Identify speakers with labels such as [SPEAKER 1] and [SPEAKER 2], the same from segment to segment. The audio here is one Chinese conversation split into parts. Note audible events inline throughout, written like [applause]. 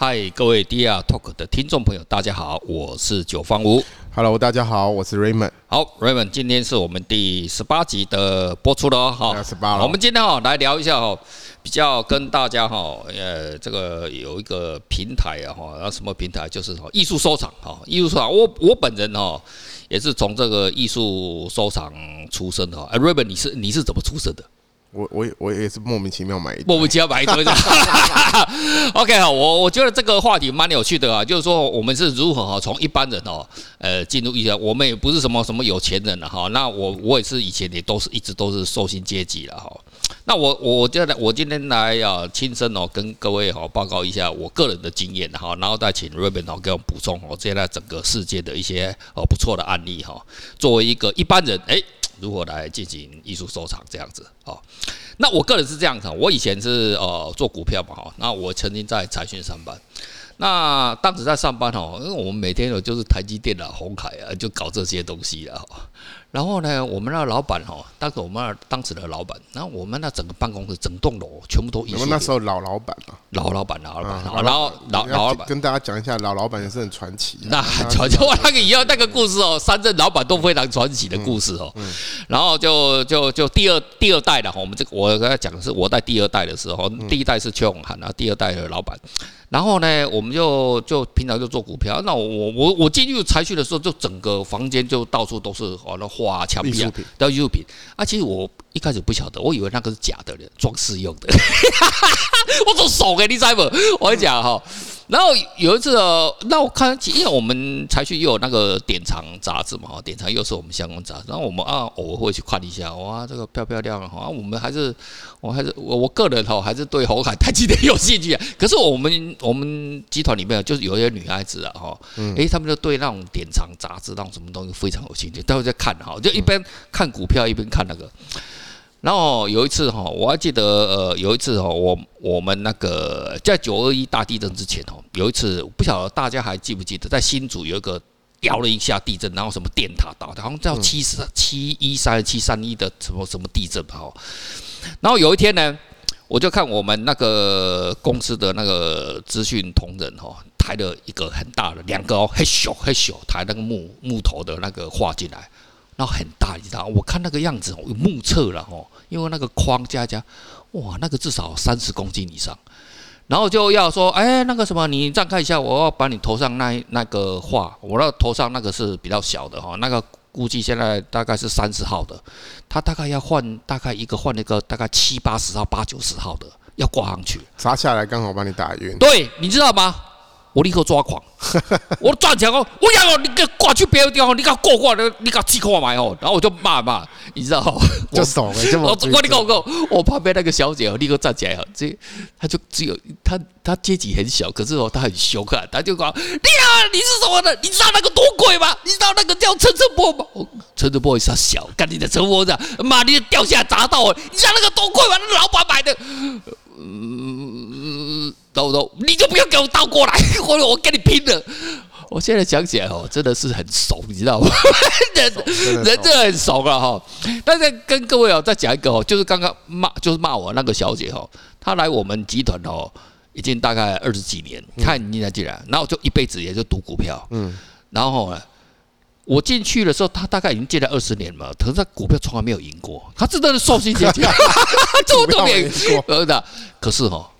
[SPEAKER 1] 嗨，各位 DR Talk 的听众朋友，大家好，我是九方吴。
[SPEAKER 2] Hello，大家好，我是 Raymond。
[SPEAKER 1] 好，Raymond，今天是我们第十八集的播出了哦哈。
[SPEAKER 2] 啊18了
[SPEAKER 1] 我们今天哦来聊一下哦，比较跟大家哈，呃，这个有一个平台啊哈，那什么平台就是哦艺术收藏哈，艺术收藏。我我本人哦也是从这个艺术收藏出身的哦。哎，Raymond，你是你是怎么出身的？
[SPEAKER 2] 我我也我也是莫名其妙买一
[SPEAKER 1] 莫名其妙买一堆的。OK 啊，我我觉得这个话题蛮有趣的啊，就是说我们是如何哈从一般人哦，呃，进入一些我们也不是什么什么有钱人了、啊哈，那我我也是以前也都是一直都是受薪阶级了哈。那我我觉得我今天来啊，亲身哦跟各位哈、报告一下我个人的经验哈，然后再请瑞本哦给我们补充哦现在整个世界的一些哦不错的案例哈、作为一个一般人哎。如何来进行艺术收藏这样子哦？那我个人是这样子，我以前是呃做股票嘛哈，那我曾经在财讯上班，那当时在上班哦，因为我们每天有就是台积电啊、红海啊，就搞这些东西啊。然后呢，我们那老板哦，当时我们那当时的老板，然后我们那整个办公室、整栋楼全部都艺
[SPEAKER 2] 你
[SPEAKER 1] 术
[SPEAKER 2] 们
[SPEAKER 1] 流
[SPEAKER 2] 那时候老老板嘛，
[SPEAKER 1] 老老板、老老板，
[SPEAKER 2] 啊
[SPEAKER 1] 然后老
[SPEAKER 2] 你要
[SPEAKER 1] 老老板。
[SPEAKER 2] 跟大家讲一下，老老板也是很传
[SPEAKER 1] [laughs]
[SPEAKER 2] 奇啊。
[SPEAKER 1] 那传说那个以后那个故事哦，三镇老板都非常传奇的故事哦。然后就就就第二第二代了，我们这个我刚才讲的是我在第二代的时候，第一代是邱永汉，然后第二代的老板。然后呢，我们就就平常就做股票。那我我我进入财讯的时候，就整个房间就到处都是哦那花啊墙壁
[SPEAKER 2] 艺
[SPEAKER 1] 啊
[SPEAKER 2] 术品，
[SPEAKER 1] 都艺术品。啊，其实我一开始不晓得，我以为那个是假的，装饰用的。 [laughs] 我都手给你知不？我跟你讲哈、然后有一次哦，那我看，因为我们才去又有那个典藏杂志嘛，哈，哦典藏又是我们相关杂志，然后我们啊偶尔会去看一下，哇，这个漂漂亮亮哈、啊，我们还是我还是我我个人哈、还是对红海台积电有兴趣啊。 [laughs] 可是我们我们集团里面就是有一些女孩子啊哈，诶、她们就对那种典藏杂志那种什么东西非常有兴趣，待会再看哈、就一边看股票一边看那个。然后有一次哈、我还记得呃，有一次哈、我我们那个在九二一大地震之前哦，有一次不晓得大家还记不记得，在新竹有一个摇了一下地震，然后什么电塔倒的，好像叫七三七一三七三一的什么什么地震吧哦。然后有一天呢，我就看我们那个公司的那个资讯同仁哈、抬了一个很大的两个哦，很小很小，抬那个木木头的那个画进来。然后很大，你知道吗，我看那个样子，我目测了哦，因为那个框加一加，哇，那个至少三十公斤以上。然后就要说，哎，那个什么，你站开一下，我要把你头上那一那个画，我那头上那个是比较小的哈、哦那个估计现在大概是三十号的，他大概要换大概一个换一个大概七八十号、八九十号的要挂上去。
[SPEAKER 2] 砸下来刚好把你打晕。
[SPEAKER 1] 对，你知道吗？我立刻抓狂，我站起来哦，我要你给挂去别的地方，你给过挂的，你给寄过来哦。然后我就骂骂，你知道吗？
[SPEAKER 2] 就怂了，就
[SPEAKER 1] 我
[SPEAKER 2] 猛
[SPEAKER 1] 我
[SPEAKER 2] 追
[SPEAKER 1] 我你讲讲，我旁边那个小姐哦，立刻站起来哦，这她就只有她她阶级很小，可是哦她很凶啊，她就讲你啊你是什么的？你知道那个多贵吗？你知道那个叫陈诚波吗？哦陈诚波也是小，赶紧的陈波子，妈你掉下来砸到我，你知道那个多贵吗？那老板买的。嗯，懂懂，你就不要给我倒过来，我我跟你拼了！我现在想起来哦，真的是很怂，你知道吗？ [laughs] 人 [laughs] 人
[SPEAKER 2] 真的怂
[SPEAKER 1] 真的很熟了哈。但是跟各位哦，再讲一个哦，就是刚刚骂，就是骂我那个小姐哦，她来我们集团哦，已经大概二十几年，
[SPEAKER 2] 嗯
[SPEAKER 1] 她已经在进来，然后就一辈子也就赌股票，嗯，然后呢。我进去的时候，她大概已经进来二十年嘛，可是她股票从来没有赢过，她真的是受薪阶
[SPEAKER 2] [laughs]
[SPEAKER 1] 级，这么多年
[SPEAKER 2] 股票没赢，
[SPEAKER 1] 真的。呃可是哈，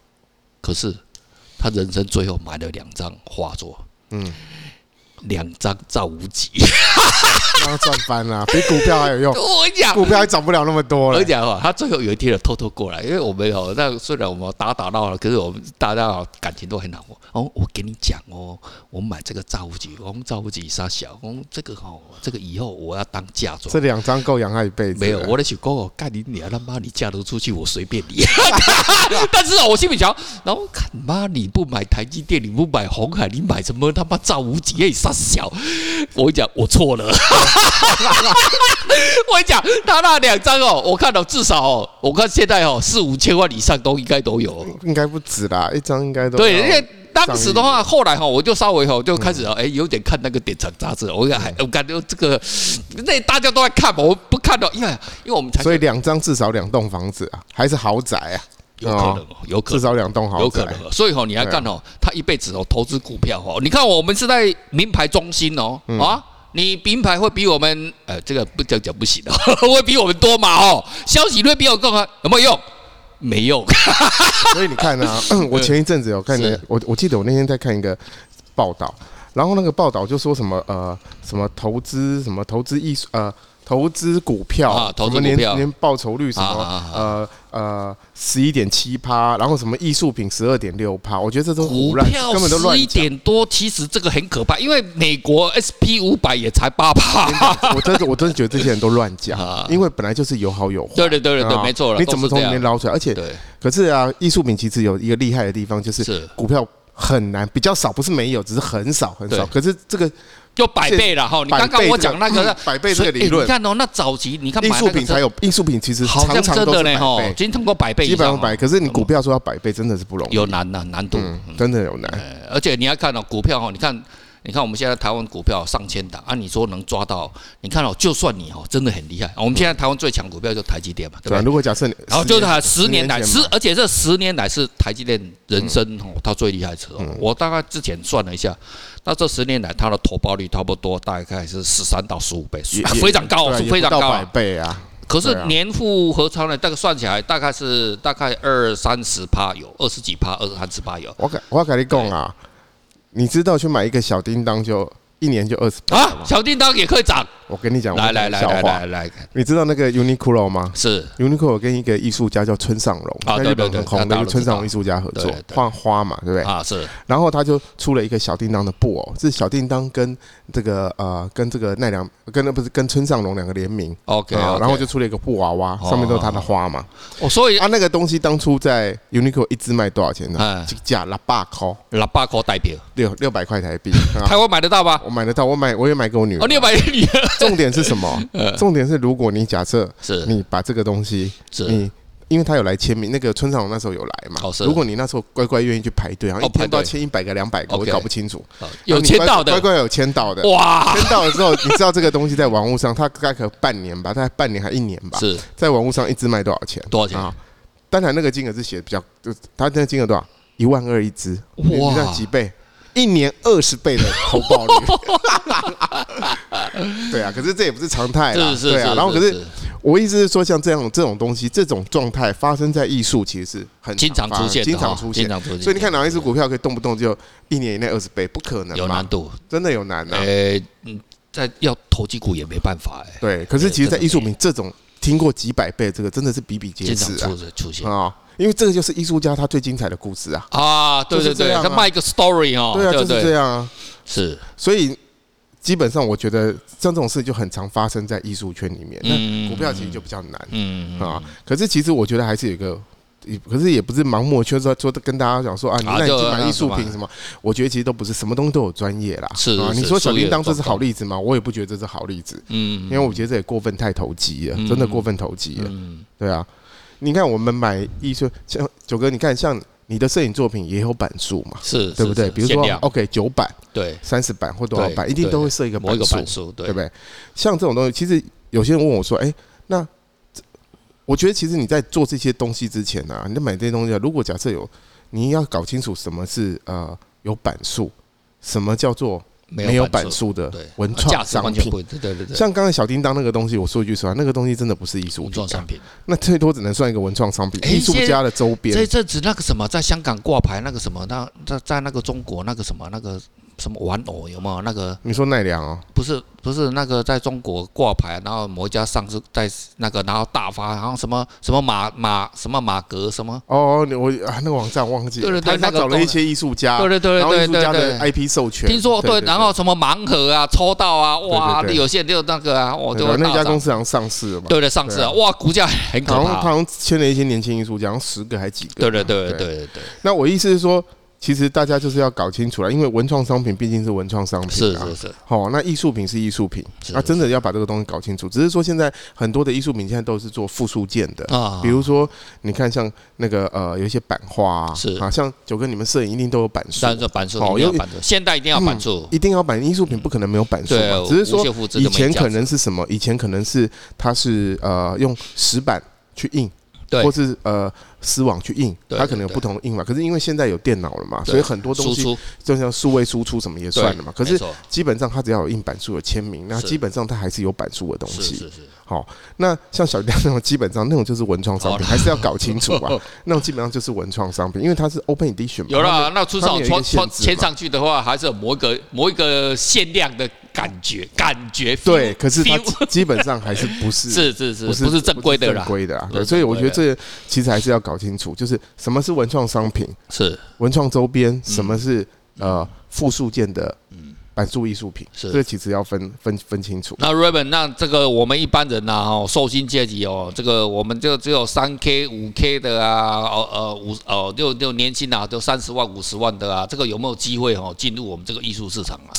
[SPEAKER 1] 可是她人生最后买了两张画作，
[SPEAKER 2] 嗯，
[SPEAKER 1] 两张赵无
[SPEAKER 2] [laughs]
[SPEAKER 1] 极，
[SPEAKER 2] 刚刚赚翻了， [laughs] 比股票
[SPEAKER 1] [laughs]
[SPEAKER 2] 还有用，
[SPEAKER 1] 我跟你讲，
[SPEAKER 2] 股票还涨不了那么多
[SPEAKER 1] 我
[SPEAKER 2] 了
[SPEAKER 1] 跟你。讲哈，他最后有一天有偷偷过来，因为我们哦，那虽然我们打打闹闹，可是我们大家哦感情都很好哦。哦，我跟你讲哦，我买这个造物局，我们造物局杀小，我们这个哦，这个以后我要当嫁妆
[SPEAKER 2] 这。两张够养他一辈子。
[SPEAKER 1] [laughs] 没有，我的想讲哦，干你娘他妈，你嫁得出去，我随便 [laughs] 你。但是哦，我心里想，然后看妈，你不买台积电，你不买红海，你买什么他妈造无极也杀小？我跟你讲，我错了。 [laughs] 我跟你讲，他那两张哦，我看到、至少哦，我看现在哦，四五千万以上都应该都有。
[SPEAKER 2] 应该不止啦，一张应该都
[SPEAKER 1] 对，
[SPEAKER 2] 要
[SPEAKER 1] 因为当时的话，后来哈，我就稍微哈就开始哎、有点看那个典藏杂志，哦我感我感觉这个那大家都在看嘛，我不看的，因为因为我们才
[SPEAKER 2] 所以两张至少两栋房子啊，还是豪宅啊，
[SPEAKER 1] 有可能哦，有可
[SPEAKER 2] 至
[SPEAKER 1] 能。
[SPEAKER 2] 少两栋豪宅，
[SPEAKER 1] 有可
[SPEAKER 2] 啊
[SPEAKER 1] 能哦，所以哦，你要看哦，他一辈子哦投资股票哦，你看我们是在名牌中心哦
[SPEAKER 2] 嗯
[SPEAKER 1] 啊，你名牌会比我们呃这个不讲讲不行的， [laughs] 会比我们多嘛哦，消息会比我更好，有没有用？没用，
[SPEAKER 2] [laughs] 所以你看
[SPEAKER 1] [laughs]
[SPEAKER 2] 啊，我前一阵子有看
[SPEAKER 1] 是，
[SPEAKER 2] 我我记得我那天在看一个报道，然后那个报道就说什么呃什么投资什么投资艺术呃投资股票
[SPEAKER 1] 啊投资股
[SPEAKER 2] 什么
[SPEAKER 1] 票
[SPEAKER 2] 年年报酬率什么
[SPEAKER 1] 啊啊啊
[SPEAKER 2] 呃呃十一点七趴，然后什么艺术品十二点六趴，我觉得这都
[SPEAKER 1] 股
[SPEAKER 2] 胡乱，
[SPEAKER 1] 票
[SPEAKER 2] 根本都乱
[SPEAKER 1] 十一
[SPEAKER 2] 讲。
[SPEAKER 1] 点多，其实这个很可怕，因为美国 S P 五百也才八 [laughs] 趴。
[SPEAKER 2] 我真的我真的觉得这些人都乱讲
[SPEAKER 1] 啊，
[SPEAKER 2] 因为本来就是有好有坏。
[SPEAKER 1] 对对对对对，
[SPEAKER 2] 啊
[SPEAKER 1] 没错了。
[SPEAKER 2] 你怎么
[SPEAKER 1] 都
[SPEAKER 2] 从
[SPEAKER 1] 是这
[SPEAKER 2] 里面
[SPEAKER 1] 样？
[SPEAKER 2] 捞出来？而且
[SPEAKER 1] 对，
[SPEAKER 2] 可是啊，艺术品其实有一个厉害的地方，就是
[SPEAKER 1] 是
[SPEAKER 2] 股票很难，比较少，不是没有，只是很少很少。可是这个
[SPEAKER 1] 就百倍了哈。你
[SPEAKER 2] 百
[SPEAKER 1] 刚
[SPEAKER 2] 倍
[SPEAKER 1] 刚我
[SPEAKER 2] 这
[SPEAKER 1] 讲
[SPEAKER 2] 个
[SPEAKER 1] 那个
[SPEAKER 2] 嗯百倍这个
[SPEAKER 1] 所以
[SPEAKER 2] 理
[SPEAKER 1] 哎
[SPEAKER 2] 论
[SPEAKER 1] 你看哦，那早期你看
[SPEAKER 2] 艺
[SPEAKER 1] 买
[SPEAKER 2] 术
[SPEAKER 1] 那个
[SPEAKER 2] 品才有，艺术品其实
[SPEAKER 1] 好像
[SPEAKER 2] 常常
[SPEAKER 1] 真
[SPEAKER 2] 都
[SPEAKER 1] 的
[SPEAKER 2] 是
[SPEAKER 1] 嘞
[SPEAKER 2] 百
[SPEAKER 1] 哈，
[SPEAKER 2] 倍，
[SPEAKER 1] 经常过百倍以
[SPEAKER 2] 基
[SPEAKER 1] 上哦，
[SPEAKER 2] 本上百。可是你股票说要百倍，真的是不容易，
[SPEAKER 1] 有难呐、难度。
[SPEAKER 2] 嗯，真的有难。
[SPEAKER 1] 呃而且你要看哦，股票哦，你看，你看我们现在台湾股票上千档啊，你说能抓到，你看哦，就算你哦，真的很厉害。我们现在台湾最强股票就台积电嘛，对
[SPEAKER 2] 对
[SPEAKER 1] 不
[SPEAKER 2] 吧？
[SPEAKER 1] 对？
[SPEAKER 2] 如果假设你10年，
[SPEAKER 1] 然后就是它十年来
[SPEAKER 2] 前
[SPEAKER 1] 十
[SPEAKER 2] 嘛，
[SPEAKER 1] 而且这十年来是台积电人生哦，它最厉害的时候。
[SPEAKER 2] 嗯
[SPEAKER 1] 我大概之前算了一下，那这十年来它的投报率差不多大概是十三到十五倍，
[SPEAKER 2] 也也
[SPEAKER 1] 非常高，
[SPEAKER 2] 对啊
[SPEAKER 1] 是
[SPEAKER 2] 也
[SPEAKER 1] 非常
[SPEAKER 2] 不到
[SPEAKER 1] 高啊
[SPEAKER 2] 百。倍啊，
[SPEAKER 1] 可是
[SPEAKER 2] 对啊
[SPEAKER 1] 年复合超呢，大概算起来大概是大概二三十趴有，二十几趴，二三十趴有啊
[SPEAKER 2] 我跟我跟你讲啊，你知道去买一个小叮当就一年就二十八
[SPEAKER 1] 啊
[SPEAKER 2] 吗。？
[SPEAKER 1] 小叮当也可以涨，
[SPEAKER 2] 我跟你讲，
[SPEAKER 1] 来
[SPEAKER 2] 我跟
[SPEAKER 1] 来
[SPEAKER 2] 你讲
[SPEAKER 1] 来来
[SPEAKER 2] 笑话
[SPEAKER 1] 来来，
[SPEAKER 2] 你知道那个 Uniqlo 吗？
[SPEAKER 1] 是
[SPEAKER 2] Uniqlo 跟一个艺术家叫村上隆，
[SPEAKER 1] 啊
[SPEAKER 2] 在
[SPEAKER 1] 对
[SPEAKER 2] 日本
[SPEAKER 1] 对对
[SPEAKER 2] 很红的
[SPEAKER 1] 大家
[SPEAKER 2] 一个
[SPEAKER 1] 都
[SPEAKER 2] 村
[SPEAKER 1] 知道
[SPEAKER 2] 上隆艺术家合作
[SPEAKER 1] 对对
[SPEAKER 2] 画花嘛，对不对？
[SPEAKER 1] 啊是
[SPEAKER 2] 然后他就出了一个小叮当的布偶，是小叮当跟这个呃跟这个奈良跟呃那不是跟村上隆两个联名
[SPEAKER 1] OK，
[SPEAKER 2] 啊
[SPEAKER 1] OK
[SPEAKER 2] 然后就出了一个布娃娃，上面都是他的花嘛。
[SPEAKER 1] 哦，所以
[SPEAKER 2] 啊，那个东西当初在 Uniqlo 一只卖多少钱呢
[SPEAKER 1] 嗯？
[SPEAKER 2] 一价拉八块，
[SPEAKER 1] 喇叭口代表，
[SPEAKER 2] 六六百块台
[SPEAKER 1] [laughs]
[SPEAKER 2] 币。啊
[SPEAKER 1] 台湾买得到吗？
[SPEAKER 2] 我买得到，我买我也买给我女
[SPEAKER 1] 哦，
[SPEAKER 2] 儿。
[SPEAKER 1] 你有买
[SPEAKER 2] [laughs]
[SPEAKER 1] 嗯你
[SPEAKER 2] 重点是什么？
[SPEAKER 1] [laughs]
[SPEAKER 2] 重点是如果你假设
[SPEAKER 1] 是
[SPEAKER 2] 你把这个东西
[SPEAKER 1] 是
[SPEAKER 2] 你嗯因为他有来签名，那个村长那时候有来嘛
[SPEAKER 1] 呃哦。是
[SPEAKER 2] 如果你那时候乖乖愿意去排队，然后
[SPEAKER 1] 哦
[SPEAKER 2] 一天
[SPEAKER 1] 排队
[SPEAKER 2] 都要签一百个、两百个，我
[SPEAKER 1] OK
[SPEAKER 2] 搞不清楚。
[SPEAKER 1] 哦有签到的
[SPEAKER 2] 啊乖乖乖有签到的。
[SPEAKER 1] 哇，
[SPEAKER 2] 签到了之后，你知道这个东西在网络上，它大概可能半年吧，大概半年还一年吧，
[SPEAKER 1] 是
[SPEAKER 2] 在网络上一只卖多少钱？
[SPEAKER 1] 多少钱？
[SPEAKER 2] 啊？当然那个金额是写比较，就它那个金额多少？一万二一只，你你知道几倍？一年二十倍的投
[SPEAKER 1] [laughs]
[SPEAKER 2] 报率。对啊，可是这也不是常态啦
[SPEAKER 1] 是。是
[SPEAKER 2] 对
[SPEAKER 1] 是，
[SPEAKER 2] 啊，然后可
[SPEAKER 1] 是
[SPEAKER 2] 是我意思是说，像这样这种东西，这种状态发生在艺术，其实是很
[SPEAKER 1] 经常
[SPEAKER 2] 发
[SPEAKER 1] 出现的哦，
[SPEAKER 2] 经常出现
[SPEAKER 1] 经。常出现，
[SPEAKER 2] 所以你看，哪一只股票可以动不动就一年以内二十倍？不可能
[SPEAKER 1] 有
[SPEAKER 2] 嘛
[SPEAKER 1] 难，度，
[SPEAKER 2] 真的有难啊。
[SPEAKER 1] 呃嗯，在要投机股也没办法哎，
[SPEAKER 2] 对，可是其实，在
[SPEAKER 1] 对
[SPEAKER 2] 艺术品这种听过几百倍，这个真的是比比皆
[SPEAKER 1] 经常
[SPEAKER 2] 是啊
[SPEAKER 1] 出出现
[SPEAKER 2] 啊、。因为这个就是艺术家他最精彩的故事啊。
[SPEAKER 1] 啊，对
[SPEAKER 2] 就
[SPEAKER 1] 对
[SPEAKER 2] 是这
[SPEAKER 1] 对，
[SPEAKER 2] 样
[SPEAKER 1] 他
[SPEAKER 2] 啊
[SPEAKER 1] 卖一个 story 哦，
[SPEAKER 2] 对啊，就
[SPEAKER 1] 不
[SPEAKER 2] 是
[SPEAKER 1] 对
[SPEAKER 2] 这样啊。
[SPEAKER 1] 是，
[SPEAKER 2] 所以基本上，我觉得像这种事就很常发生在艺术圈里面。那
[SPEAKER 1] 嗯
[SPEAKER 2] 股票其实就比较难
[SPEAKER 1] 嗯
[SPEAKER 2] 啊。可是其实我觉得还是有一个。也可是也不是盲目去说说跟大家讲说啊，你
[SPEAKER 1] 啊
[SPEAKER 2] 那你
[SPEAKER 1] 就
[SPEAKER 2] 去买艺术
[SPEAKER 1] 那
[SPEAKER 2] 品
[SPEAKER 1] 什
[SPEAKER 2] 什么？我觉得其实都不是，什么东西都有专业啦。
[SPEAKER 1] 是
[SPEAKER 2] 啊，
[SPEAKER 1] 是
[SPEAKER 2] 你说小
[SPEAKER 1] 术业
[SPEAKER 2] 叮当
[SPEAKER 1] 有
[SPEAKER 2] 这是
[SPEAKER 1] 专
[SPEAKER 2] 好
[SPEAKER 1] 攻
[SPEAKER 2] 例子吗？我也不觉得这是好例子。
[SPEAKER 1] 嗯
[SPEAKER 2] 因为我觉得这也过分太投机了，
[SPEAKER 1] 嗯
[SPEAKER 2] 真的过分投机了，
[SPEAKER 1] 嗯，
[SPEAKER 2] 对啊。你看我们买艺术，像九哥，你看像你的摄影作品也有版数嘛，
[SPEAKER 1] 是，
[SPEAKER 2] 对不对？
[SPEAKER 1] 是
[SPEAKER 2] 比如
[SPEAKER 1] 限
[SPEAKER 2] 说哦
[SPEAKER 1] 量
[SPEAKER 2] OK 九版、
[SPEAKER 1] 对
[SPEAKER 2] 三十版或多少版，
[SPEAKER 1] 对
[SPEAKER 2] 一定都会设一个
[SPEAKER 1] 某一
[SPEAKER 2] 版
[SPEAKER 1] 个
[SPEAKER 2] 数
[SPEAKER 1] 版，数，对
[SPEAKER 2] 对不对？像这种东西，其实有些人问我说：“哎，那这我觉得其实你在做这些东西之前啊，你在买这些东西啊，如果假设有，你要搞清楚什么是呃有版数，什么叫做没有版，数的
[SPEAKER 1] 对，
[SPEAKER 2] 文
[SPEAKER 1] 啊价
[SPEAKER 2] 创
[SPEAKER 1] 值
[SPEAKER 2] 商
[SPEAKER 1] 完全
[SPEAKER 2] 品
[SPEAKER 1] 不，一，对对对对，
[SPEAKER 2] 像刚才小叮当那个东西，我说一句实话，那个东西真的不是艺术
[SPEAKER 1] 文
[SPEAKER 2] 品
[SPEAKER 1] 创
[SPEAKER 2] 啊
[SPEAKER 1] 商，品。
[SPEAKER 2] 那最多只能算一个文创商品，
[SPEAKER 1] 哎
[SPEAKER 2] 艺术家的周
[SPEAKER 1] 这一
[SPEAKER 2] 边。
[SPEAKER 1] 阵子那个什么，在香港挂牌那个什么，那在在那个中国那个什么那个什么玩偶有没有那个？
[SPEAKER 2] 你说奈良哦，
[SPEAKER 1] 不是不是那个在中国挂牌，然后某一家上市在那个，然后大发，然后什么什么马马什么马格什么，
[SPEAKER 2] 哦，你我啊那个网站忘记
[SPEAKER 1] 对
[SPEAKER 2] 了，
[SPEAKER 1] 对对
[SPEAKER 2] 他
[SPEAKER 1] 那
[SPEAKER 2] 他
[SPEAKER 1] 个
[SPEAKER 2] 找了一些艺术家，
[SPEAKER 1] 对对对
[SPEAKER 2] 然后艺
[SPEAKER 1] 对
[SPEAKER 2] 术家
[SPEAKER 1] 对
[SPEAKER 2] 的
[SPEAKER 1] 对。
[SPEAKER 2] IP 授权，
[SPEAKER 1] 听说对，然后什么盲盒啊、抽到啊，哇，
[SPEAKER 2] 对对对
[SPEAKER 1] 有些就那个啊，我
[SPEAKER 2] 对
[SPEAKER 1] 就会
[SPEAKER 2] 对对那
[SPEAKER 1] 大
[SPEAKER 2] 家
[SPEAKER 1] 涨
[SPEAKER 2] 公。司好像上市了嘛，
[SPEAKER 1] 对对，上次啊，哇，股价很可
[SPEAKER 2] 好像他
[SPEAKER 1] 怕。
[SPEAKER 2] 好像签了一些年轻艺术家，好像十个还几个，
[SPEAKER 1] 对对对对对对，
[SPEAKER 2] 那我意思是说，其实大家就是要搞清楚了，因为文创商品毕竟是文创商品、啊，
[SPEAKER 1] 是是是，
[SPEAKER 2] 好，那艺术品是艺术品，
[SPEAKER 1] 是
[SPEAKER 2] 啊，真的要把这个东西搞清楚。只是说现在很多的艺术品现在都是做复数件的
[SPEAKER 1] 啊
[SPEAKER 2] 比如说你看像那个呃，有一些版画啊，
[SPEAKER 1] 是
[SPEAKER 2] 啊，像九哥你们摄影一定都有版数，
[SPEAKER 1] 但是板数
[SPEAKER 2] 好
[SPEAKER 1] 一定
[SPEAKER 2] 因为
[SPEAKER 1] 要板数，现在一定要板数。
[SPEAKER 2] 一定要版艺术品不可能没有版数
[SPEAKER 1] 对
[SPEAKER 2] 嘛，，只是
[SPEAKER 1] 无
[SPEAKER 2] 说
[SPEAKER 1] 限复制
[SPEAKER 2] 以
[SPEAKER 1] 根本
[SPEAKER 2] 前
[SPEAKER 1] 没价
[SPEAKER 2] 可
[SPEAKER 1] 值
[SPEAKER 2] 能是什么？以前可能是它是呃用石板去印，
[SPEAKER 1] 对
[SPEAKER 2] 或是呃丝网去印，
[SPEAKER 1] 对
[SPEAKER 2] 它可能有
[SPEAKER 1] 对
[SPEAKER 2] 不同的印法。可是因为现在有电脑了嘛，
[SPEAKER 1] 对
[SPEAKER 2] 所以很多东
[SPEAKER 1] 输
[SPEAKER 2] 西
[SPEAKER 1] 出
[SPEAKER 2] 就像数位输出什么也算了嘛。可
[SPEAKER 1] 没
[SPEAKER 2] 是
[SPEAKER 1] 错
[SPEAKER 2] 基本上它只要有印版数有签名，那
[SPEAKER 1] 是
[SPEAKER 2] 基本上它还是有版数的东
[SPEAKER 1] 是
[SPEAKER 2] 西。
[SPEAKER 1] 是是，
[SPEAKER 2] 好，那像小亮那种，基本上那种就是文创商品，
[SPEAKER 1] 哦
[SPEAKER 2] 还是要搞清楚
[SPEAKER 1] [laughs]
[SPEAKER 2] 啊。那种基本上就是文创商品，因为它是 open edition 嘛。
[SPEAKER 1] 有
[SPEAKER 2] 他
[SPEAKER 1] 啦，
[SPEAKER 2] 们
[SPEAKER 1] 那至
[SPEAKER 2] 他
[SPEAKER 1] 少
[SPEAKER 2] 们有一
[SPEAKER 1] 穿
[SPEAKER 2] 个限
[SPEAKER 1] 穿
[SPEAKER 2] 制
[SPEAKER 1] 签
[SPEAKER 2] 嘛
[SPEAKER 1] 上去的话，还是有某一个某一个限量的感觉，感觉 feel
[SPEAKER 2] 对，可是它
[SPEAKER 1] [laughs] feel
[SPEAKER 2] 基本上还是不是
[SPEAKER 1] 是是是，
[SPEAKER 2] 不是
[SPEAKER 1] 不是正规的啦
[SPEAKER 2] 正，规的啦。
[SPEAKER 1] 不是
[SPEAKER 2] 对，所以我觉得
[SPEAKER 1] 正
[SPEAKER 2] 这个其实还是要搞清楚，就是什么是文创商品、
[SPEAKER 1] 是
[SPEAKER 2] 文创周
[SPEAKER 1] 嗯
[SPEAKER 2] 边，什么是呃附属件的版数艺术品，
[SPEAKER 1] 是
[SPEAKER 2] 这个其实要分分分清楚。
[SPEAKER 1] 那 Raven，那这个我们一般人呐、啊，哦，受薪阶级哦，这个我们就只有三 K、五 K 的啊，哦呃五哦六六年薪啊，就三十万、五十万的啊，这个有没有机会哦进入我们这个艺术市场啊？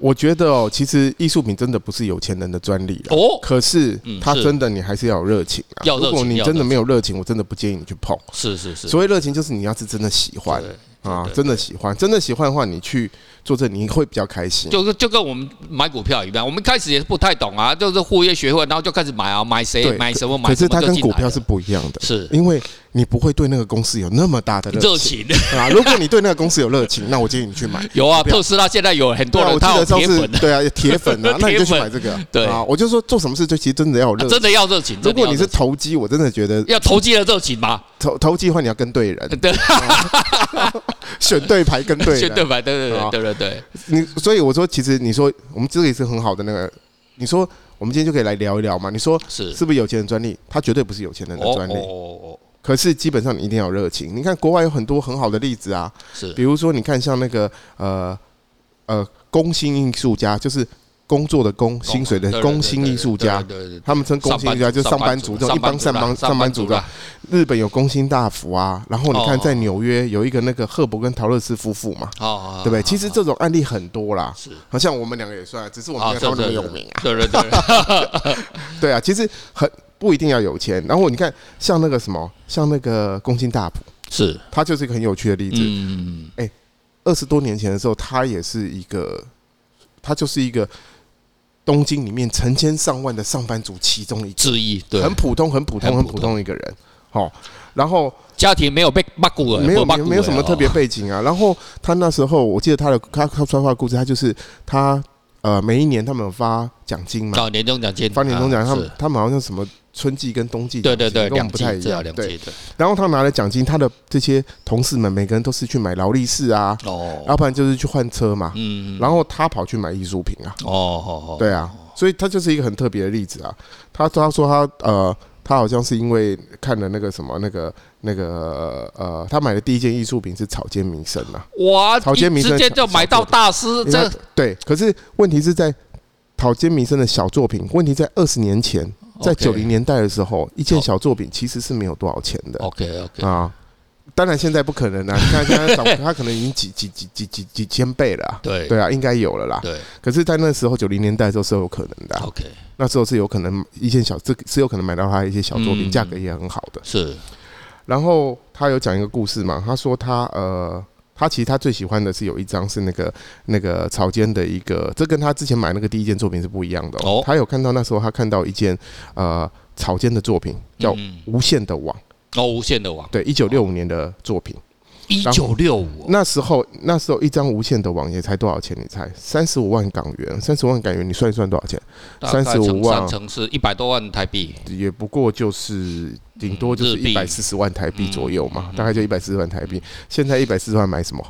[SPEAKER 2] 我觉得哦，其实艺术品真的不是有钱人的专利了。
[SPEAKER 1] 哦，
[SPEAKER 2] 可是
[SPEAKER 1] 嗯
[SPEAKER 2] 它
[SPEAKER 1] 是
[SPEAKER 2] 真的，你还是要有热情啊。
[SPEAKER 1] 要热情
[SPEAKER 2] 如果你
[SPEAKER 1] 要
[SPEAKER 2] 真的
[SPEAKER 1] 热
[SPEAKER 2] 没有热情，我真的不建议你去碰。
[SPEAKER 1] 是是是，
[SPEAKER 2] 所谓热情，就是你要是真的喜欢
[SPEAKER 1] 对
[SPEAKER 2] 啊
[SPEAKER 1] 对，
[SPEAKER 2] 真的喜欢，真的喜欢的话，你去做这，你会比较开心。
[SPEAKER 1] 就跟就跟我们买股票一样，我们开始也是不太懂啊，就是互约学会，然后就开始买啊，买谁
[SPEAKER 2] 对
[SPEAKER 1] 买什么买
[SPEAKER 2] 可
[SPEAKER 1] 什
[SPEAKER 2] 是
[SPEAKER 1] 么
[SPEAKER 2] 它
[SPEAKER 1] 就
[SPEAKER 2] 跟
[SPEAKER 1] 进
[SPEAKER 2] 股
[SPEAKER 1] 来
[SPEAKER 2] 票
[SPEAKER 1] 了。
[SPEAKER 2] 是不一样的，
[SPEAKER 1] 是
[SPEAKER 2] 因为你不会对那个公司有那么大的热
[SPEAKER 1] 热
[SPEAKER 2] 情
[SPEAKER 1] 情，
[SPEAKER 2] 啊。如果你对那个公司有热情，那我建议你去买。
[SPEAKER 1] 有啊，
[SPEAKER 2] 股票
[SPEAKER 1] 特斯拉现在有很多
[SPEAKER 2] 对啊，我
[SPEAKER 1] 人
[SPEAKER 2] 记
[SPEAKER 1] 他
[SPEAKER 2] 得
[SPEAKER 1] 有
[SPEAKER 2] 上
[SPEAKER 1] 铁
[SPEAKER 2] 次
[SPEAKER 1] 粉，，
[SPEAKER 2] 对啊，铁粉啊
[SPEAKER 1] [laughs]
[SPEAKER 2] 那你就去
[SPEAKER 1] 铁粉
[SPEAKER 2] 买这个啊。
[SPEAKER 1] 对
[SPEAKER 2] 啊，我就说做什么事就其实真的要有热
[SPEAKER 1] 啊真
[SPEAKER 2] 情。
[SPEAKER 1] 的要热情。
[SPEAKER 2] 如
[SPEAKER 1] 真的
[SPEAKER 2] 果
[SPEAKER 1] 要
[SPEAKER 2] 你
[SPEAKER 1] 热
[SPEAKER 2] 是
[SPEAKER 1] 情
[SPEAKER 2] 投机，我真的
[SPEAKER 1] [laughs]
[SPEAKER 2] 觉得
[SPEAKER 1] 要投机的热情嘛，
[SPEAKER 2] 投投机的话，你要跟 [laughs] 对
[SPEAKER 1] [laughs]
[SPEAKER 2] 啊人，
[SPEAKER 1] 对，
[SPEAKER 2] 选对牌，跟对
[SPEAKER 1] 绝
[SPEAKER 2] 人
[SPEAKER 1] 对。吧？对对
[SPEAKER 2] 啊
[SPEAKER 1] 对对对
[SPEAKER 2] 你所以我说，其实你说我们这个也是很好的那个，你说我们今天就可以来聊一聊嘛。你说
[SPEAKER 1] 是
[SPEAKER 2] 是不是有钱人专利？它绝对不是有钱人的
[SPEAKER 1] 哦
[SPEAKER 2] 专利
[SPEAKER 1] 哦，哦哦
[SPEAKER 2] 可是基本上你一定要有热情。你看国外有很多很好的例子啊，
[SPEAKER 1] 是
[SPEAKER 2] 比如说你看像那个呃呃工薪艺术家，就是工作的工，
[SPEAKER 1] 哦
[SPEAKER 2] 薪水的工薪艺术家。
[SPEAKER 1] 对对对对对对对对
[SPEAKER 2] 他们称工薪艺术家，就是上班族这种一帮上班上班族的。
[SPEAKER 1] 啦
[SPEAKER 2] 日本有工薪大福啊，然后你看
[SPEAKER 1] 哦
[SPEAKER 2] 在纽约有一个那个赫伯跟陶乐斯夫妇嘛，
[SPEAKER 1] 哦哦，哦
[SPEAKER 2] 对不对？
[SPEAKER 1] 哦
[SPEAKER 2] 其实这种案例很多啦，
[SPEAKER 1] 是
[SPEAKER 2] 好像我们两个也算，只是我们
[SPEAKER 1] 哦
[SPEAKER 2] 没有
[SPEAKER 1] 是
[SPEAKER 2] 他们那么
[SPEAKER 1] 是
[SPEAKER 2] 有
[SPEAKER 1] 是
[SPEAKER 2] 名啊。
[SPEAKER 1] 对对
[SPEAKER 2] [laughs]
[SPEAKER 1] 对，对
[SPEAKER 2] 对啊，其实很不一定要有钱。然后你看像那个什么，像那个工薪大普，
[SPEAKER 1] 是
[SPEAKER 2] 他就是一个很有趣的例子。
[SPEAKER 1] 嗯，
[SPEAKER 2] 二十多年前的时候，他也是一个，他就是一个东京里面成千上万的上班族其中一
[SPEAKER 1] 之一对
[SPEAKER 2] 个，，很普通、很普通、
[SPEAKER 1] 很
[SPEAKER 2] 很
[SPEAKER 1] 普通
[SPEAKER 2] 普通的一个人。好，然后
[SPEAKER 1] 家庭没有被八股了，
[SPEAKER 2] 没有
[SPEAKER 1] 没
[SPEAKER 2] 没有没有什么特
[SPEAKER 1] 哦
[SPEAKER 2] 别背景啊。然后他那时候，我记得他的他他说话的故事，他就是他呃每一年他们有发奖金嘛，
[SPEAKER 1] 哦，年终奖金，
[SPEAKER 2] 发年终奖，
[SPEAKER 1] 啊
[SPEAKER 2] 他
[SPEAKER 1] 是
[SPEAKER 2] 们他们好像什么春季跟冬季
[SPEAKER 1] 对
[SPEAKER 2] 奖金，
[SPEAKER 1] 对对，
[SPEAKER 2] 跟我
[SPEAKER 1] 两
[SPEAKER 2] 们不
[SPEAKER 1] 季
[SPEAKER 2] 太一
[SPEAKER 1] 至少
[SPEAKER 2] 样
[SPEAKER 1] 两。
[SPEAKER 2] 对，
[SPEAKER 1] 季对，
[SPEAKER 2] 然后他拿了奖金，他的这些同事们每个人都是去买劳力士啊，
[SPEAKER 1] 哦，
[SPEAKER 2] 要不然就是去换车嘛。
[SPEAKER 1] 嗯，
[SPEAKER 2] 然后他跑去买艺术品啊，
[SPEAKER 1] 哦哦哦，
[SPEAKER 2] 对啊，所以他就是一个很特别的例子啊。他他说他呃，他好像是因为看了那个什么那个那个呃，他买的第一件艺术品是草间弥生啊，
[SPEAKER 1] 哇，
[SPEAKER 2] 草间弥
[SPEAKER 1] 一
[SPEAKER 2] 生
[SPEAKER 1] 直接
[SPEAKER 2] 小
[SPEAKER 1] 就买到大师，
[SPEAKER 2] 因为
[SPEAKER 1] 哦这
[SPEAKER 2] 他对，可是问题是在草间弥生的小作品，问题在二十年前，在
[SPEAKER 1] OK
[SPEAKER 2] 九零年代的时候，一件
[SPEAKER 1] 哦
[SPEAKER 2] 小作品其实是没有多少钱的
[SPEAKER 1] OK OK，
[SPEAKER 2] 啊。当然现在不可能啊，你看现在早 [laughs] 他可能已经几几几几几几千倍了、啊，
[SPEAKER 1] 对
[SPEAKER 2] 对啊，应该有了啦。
[SPEAKER 1] 对
[SPEAKER 2] 可是，在那时候九零年代的时候是有可能的啊、
[SPEAKER 1] OK
[SPEAKER 2] 那时候是有可能一件小，这是有可能买到他一些小作
[SPEAKER 1] 嗯
[SPEAKER 2] 品，价格也很好的。
[SPEAKER 1] 是
[SPEAKER 2] 然后他有讲一个故事嘛，他说他呃，他其实他最喜欢的是有一张是那个那个草间的一个，这跟他之前买那个第一件作品是不一样的哦。
[SPEAKER 1] 哦
[SPEAKER 2] 他有看到那时候他看到一件呃草间的作品叫《
[SPEAKER 1] 嗯
[SPEAKER 2] 无限的网》，
[SPEAKER 1] 哦无限的网，
[SPEAKER 2] 对，一九六五年的作品。
[SPEAKER 1] 哦一
[SPEAKER 2] 然
[SPEAKER 1] 九六五，
[SPEAKER 2] 那时候那时候一张《无限的网》也才多少钱？你猜？三十五万港元，三十万港元，你算一算多少钱？
[SPEAKER 1] 大概
[SPEAKER 2] 35
[SPEAKER 1] 乘
[SPEAKER 2] 万
[SPEAKER 1] 上乘是一百多万台币，
[SPEAKER 2] 也不过就是顶多就是
[SPEAKER 1] 嗯日币
[SPEAKER 2] 一百四十万台币左右嘛
[SPEAKER 1] 嗯，
[SPEAKER 2] 大概就一百四十万台币。现在一百四十万买什么？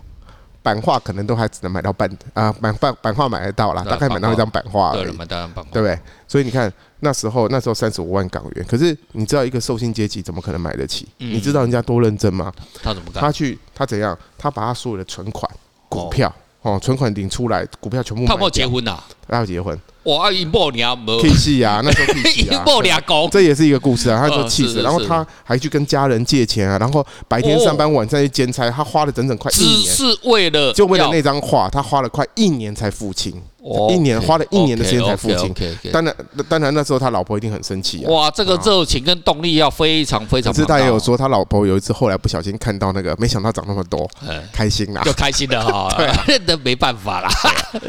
[SPEAKER 2] 版画可能都还只能买到半啊，版画版画买得到啦，
[SPEAKER 1] 对啊
[SPEAKER 2] 大概买到一张版画
[SPEAKER 1] 对
[SPEAKER 2] 而
[SPEAKER 1] 了
[SPEAKER 2] 已，
[SPEAKER 1] 嘛，当然棒棒，
[SPEAKER 2] 对不对？所以你看那时候那时候三十五万港元，可是你知道一个受薪阶级怎么可能买得起？
[SPEAKER 1] 嗯
[SPEAKER 2] 你知道人家多认真吗？
[SPEAKER 1] 他怎么干？
[SPEAKER 2] 他去他怎样？他把他所有的存款、股票哦，存款领出来，股票全部
[SPEAKER 1] 他
[SPEAKER 2] 卖
[SPEAKER 1] 有没有结
[SPEAKER 2] 掉，
[SPEAKER 1] 婚呐？
[SPEAKER 2] 他要结婚
[SPEAKER 1] 哇，一莫娘没， [laughs]
[SPEAKER 2] ，K 系啊，那时候 K
[SPEAKER 1] 一 [laughs]
[SPEAKER 2] 系啊，
[SPEAKER 1] 莫俩狗，
[SPEAKER 2] 这也是一个故事啊，他
[SPEAKER 1] 嗯
[SPEAKER 2] 说气
[SPEAKER 1] 是
[SPEAKER 2] 死，
[SPEAKER 1] 是
[SPEAKER 2] 然后他还去跟家人借钱啊，然后白天上班，晚上去兼差，他花了整整快一
[SPEAKER 1] 只
[SPEAKER 2] 年，
[SPEAKER 1] 是为了
[SPEAKER 2] 就为了
[SPEAKER 1] 要
[SPEAKER 2] 那张画，他花了快一年才付清，
[SPEAKER 1] 哦
[SPEAKER 2] 一年
[SPEAKER 1] OK，
[SPEAKER 2] 花了一年的时间才付
[SPEAKER 1] OK，OK，
[SPEAKER 2] 清。
[SPEAKER 1] OK，OK，OK
[SPEAKER 2] 当然，当然那时候他老婆一定很生气啊。
[SPEAKER 1] 哇，这个热情跟动力要非常非常
[SPEAKER 2] 可
[SPEAKER 1] 庞大哦。
[SPEAKER 2] 是他也
[SPEAKER 1] [laughs]
[SPEAKER 2] 有说，他老婆有一次后来不小心看到那个，没想到长那么多，
[SPEAKER 1] 哎，
[SPEAKER 2] 开心啦
[SPEAKER 1] [laughs]
[SPEAKER 2] 啊
[SPEAKER 1] 就。开心的哈、那没办法啦，